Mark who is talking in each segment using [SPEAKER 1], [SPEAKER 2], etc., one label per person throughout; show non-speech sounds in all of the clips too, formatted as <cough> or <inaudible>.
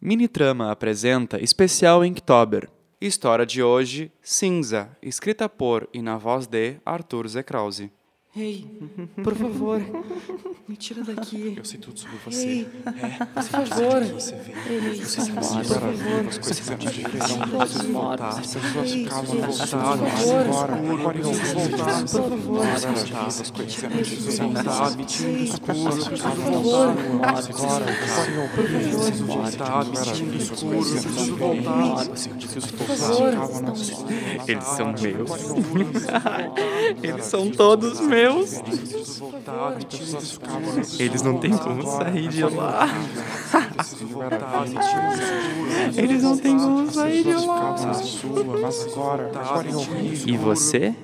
[SPEAKER 1] Minitrama apresenta especial Inktober. História de hoje, Cinza, escrita por e na voz de Arthur Zekrause.
[SPEAKER 2] Ei, por favor, me tira daqui.
[SPEAKER 3] Eu sei tudo sobre
[SPEAKER 2] Ei,
[SPEAKER 3] você. É,
[SPEAKER 2] por favor.
[SPEAKER 3] Você vê.
[SPEAKER 2] Ei,
[SPEAKER 3] Você sabe
[SPEAKER 2] por
[SPEAKER 3] as maravilhas, as
[SPEAKER 2] favor.
[SPEAKER 3] coisas antes de
[SPEAKER 2] Por
[SPEAKER 3] verão.
[SPEAKER 2] favor.
[SPEAKER 3] Preciso voltar. As pessoas
[SPEAKER 2] Ei,
[SPEAKER 3] ficavam
[SPEAKER 2] gente, por
[SPEAKER 3] voltadas. Preciso
[SPEAKER 2] favor.
[SPEAKER 3] embora. Agora eu
[SPEAKER 2] Ei,
[SPEAKER 3] vou voltar.
[SPEAKER 2] por favor.
[SPEAKER 3] As coisas antes de verão. Sabe?
[SPEAKER 2] Ei,
[SPEAKER 3] Escuro.
[SPEAKER 2] por
[SPEAKER 3] Preciso
[SPEAKER 2] favor.
[SPEAKER 3] voltar. Agora. Agora eu preciso voltar. Vestindo escuro. Preciso voltar. Preciso
[SPEAKER 2] favor.
[SPEAKER 3] voltar.
[SPEAKER 1] Eles são
[SPEAKER 4] <laughs>
[SPEAKER 1] meus.
[SPEAKER 3] Eles
[SPEAKER 4] são todos meus.
[SPEAKER 3] Preciso voltar. As pessoas ficavam
[SPEAKER 4] Eles não têm como sair de lá.
[SPEAKER 3] Preciso voltar. Preciso
[SPEAKER 4] Eles não têm como sair de lá.
[SPEAKER 3] voltar. Mas agora, agora é horrível.
[SPEAKER 1] E você?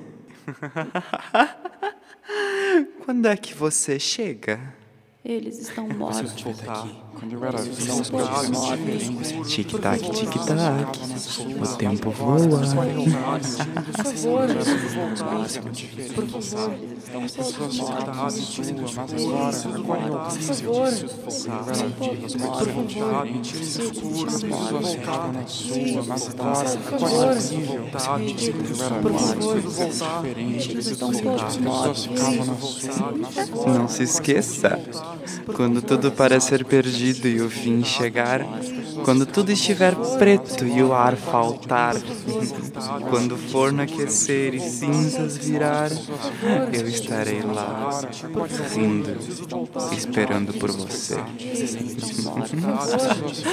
[SPEAKER 1] <laughs> Quando é que você chega?
[SPEAKER 5] Eles estão mortos.
[SPEAKER 3] Quando eu era visão, os caras
[SPEAKER 1] Tic-tac, tic-tac. O tempo voa.
[SPEAKER 2] Por favor.
[SPEAKER 5] Por favor, eles estão todos mortos.
[SPEAKER 2] Por favor.
[SPEAKER 5] Por favor, eles estão mortos.
[SPEAKER 2] Por favor. Por favor.
[SPEAKER 5] Eles estão todos mortos.
[SPEAKER 1] Não se esqueça. Quando tudo parecer perdido e o fim chegar, quando tudo estiver preto e o ar faltar, quando o forno aquecer e cinzas virar, eu estarei lá, rindo, esperando por você.
[SPEAKER 5] Eles estão mortos.